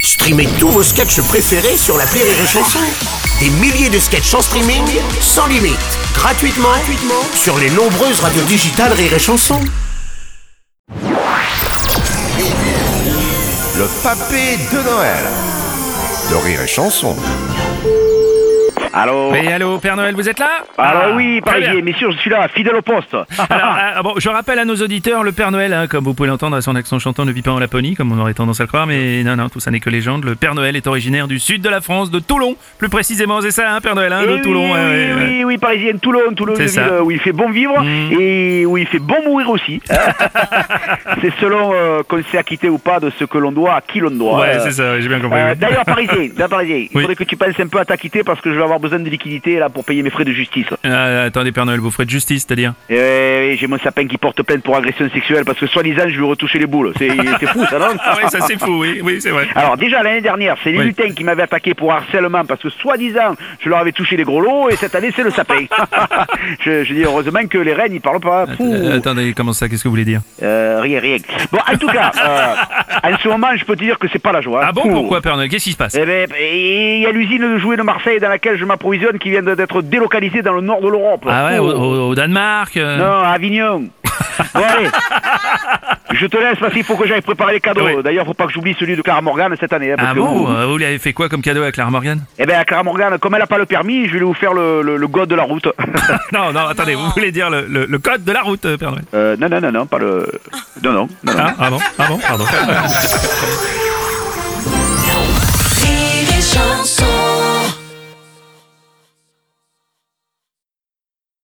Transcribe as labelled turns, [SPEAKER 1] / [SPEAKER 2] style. [SPEAKER 1] Streamez tous vos sketchs préférés sur la Rire et Chanson. Des milliers de sketchs en streaming, sans limite, gratuitement, gratuitement sur les nombreuses radios digitales Rire et Chanson.
[SPEAKER 2] Le papé de Noël. De rire et chanson.
[SPEAKER 3] Allô
[SPEAKER 4] Mais allô, Père Noël, vous êtes là
[SPEAKER 3] Alors Ah oui,
[SPEAKER 4] Ah, très bien.
[SPEAKER 3] pareil, messieurs, je suis là, fidèle au poste.
[SPEAKER 4] Alors, ah, bon, je rappelle à nos auditeurs, le Père Noël, hein, comme vous pouvez l'entendre à son accent chantant, ne vit pas en Laponie, comme on aurait tendance à le croire, mais non, non, tout ça n'est que légende. Le Père Noël est originaire du sud de la France, de Toulon, plus précisément, c'est ça, hein, Père Noël, hein,
[SPEAKER 3] Eh
[SPEAKER 4] de
[SPEAKER 3] oui,
[SPEAKER 4] Toulon.
[SPEAKER 3] oui,
[SPEAKER 4] ouais, ouais,
[SPEAKER 3] oui,
[SPEAKER 4] ouais.
[SPEAKER 3] oui, parisienne, Toulon, Toulon,
[SPEAKER 4] C'est
[SPEAKER 3] une
[SPEAKER 4] ça.
[SPEAKER 3] ville où il fait bon vivre
[SPEAKER 4] Mm.
[SPEAKER 3] et où il fait bon mourir aussi. c'est selon euh, qu'on s'est acquitté ou pas de ce que l'on doit, à qui l'on doit.
[SPEAKER 4] Ouais,
[SPEAKER 3] Euh,
[SPEAKER 4] c'est ça, j'ai bien compris.
[SPEAKER 3] euh,
[SPEAKER 4] oui.
[SPEAKER 3] D'ailleurs, parisien, d'ailleurs, parisien, il
[SPEAKER 4] Oui.
[SPEAKER 3] faudrait que tu penses un peu à t'acquitter parce que je vais avoir besoin de liquidités là pour payer mes frais de justice.
[SPEAKER 4] Ah, attendez, Père Noël, vous ferez de justice, c'est-à-dire
[SPEAKER 3] Eh oui, j'ai mon sapin qui porte plainte pour agression sexuelle parce que soi-disant je lui ai retouché les boules. C'est c'est fou ça, non
[SPEAKER 4] Ah ouais, ça c'est fou, oui, oui, c'est vrai.
[SPEAKER 3] Alors déjà l'année dernière, c'est les
[SPEAKER 4] Oui.
[SPEAKER 3] lutins qui m'avaient attaqué pour harcèlement parce que soi-disant je leur avais touché les gros lots et cette année c'est le sapin. je, je dis heureusement que les reines ils parlent pas. Pouh.
[SPEAKER 4] Euh, attendez, comment ça, qu'est-ce que vous voulez dire
[SPEAKER 3] Euh, rien, rien. Bon en tout cas, euh, en ce moment je peux te dire que c'est pas la joie.
[SPEAKER 4] Ah bon,
[SPEAKER 3] Pouh.
[SPEAKER 4] pourquoi, Père Noël Qu'est-ce qui se passe
[SPEAKER 3] Eh ben, il y a l'usine de jouets de Marseille dans laquelle je m'approvisionne qui vient d'être délocalisée dans le nord de l'Europe.
[SPEAKER 4] Ah ouais,
[SPEAKER 3] Pouh.
[SPEAKER 4] au, au- au Danemark euh,
[SPEAKER 3] Non, à Avignon. Bon, allez. Je te laisse parce qu'il faut que j'aille préparer les cadeaux.
[SPEAKER 4] Oui.
[SPEAKER 3] D'ailleurs, faut pas que j'oublie celui de Clara Morgan cette année. hein, parce
[SPEAKER 4] Ah
[SPEAKER 3] que-
[SPEAKER 4] bon euh, Vous lui avez fait quoi comme cadeau à Clara Morgan
[SPEAKER 3] Eh ben, à Clara Morgan, comme elle a pas le permis, je vais vous faire le, le, le god de la route.
[SPEAKER 4] Non, non, attendez, vous voulez dire le, le- le code de la route, euh, Père Noël
[SPEAKER 3] Euh, non, non, non, non, pas le... Non, non, non, non.
[SPEAKER 4] Ah, ah bon, ah bon, pardon.
[SPEAKER 5] Rire et chanson.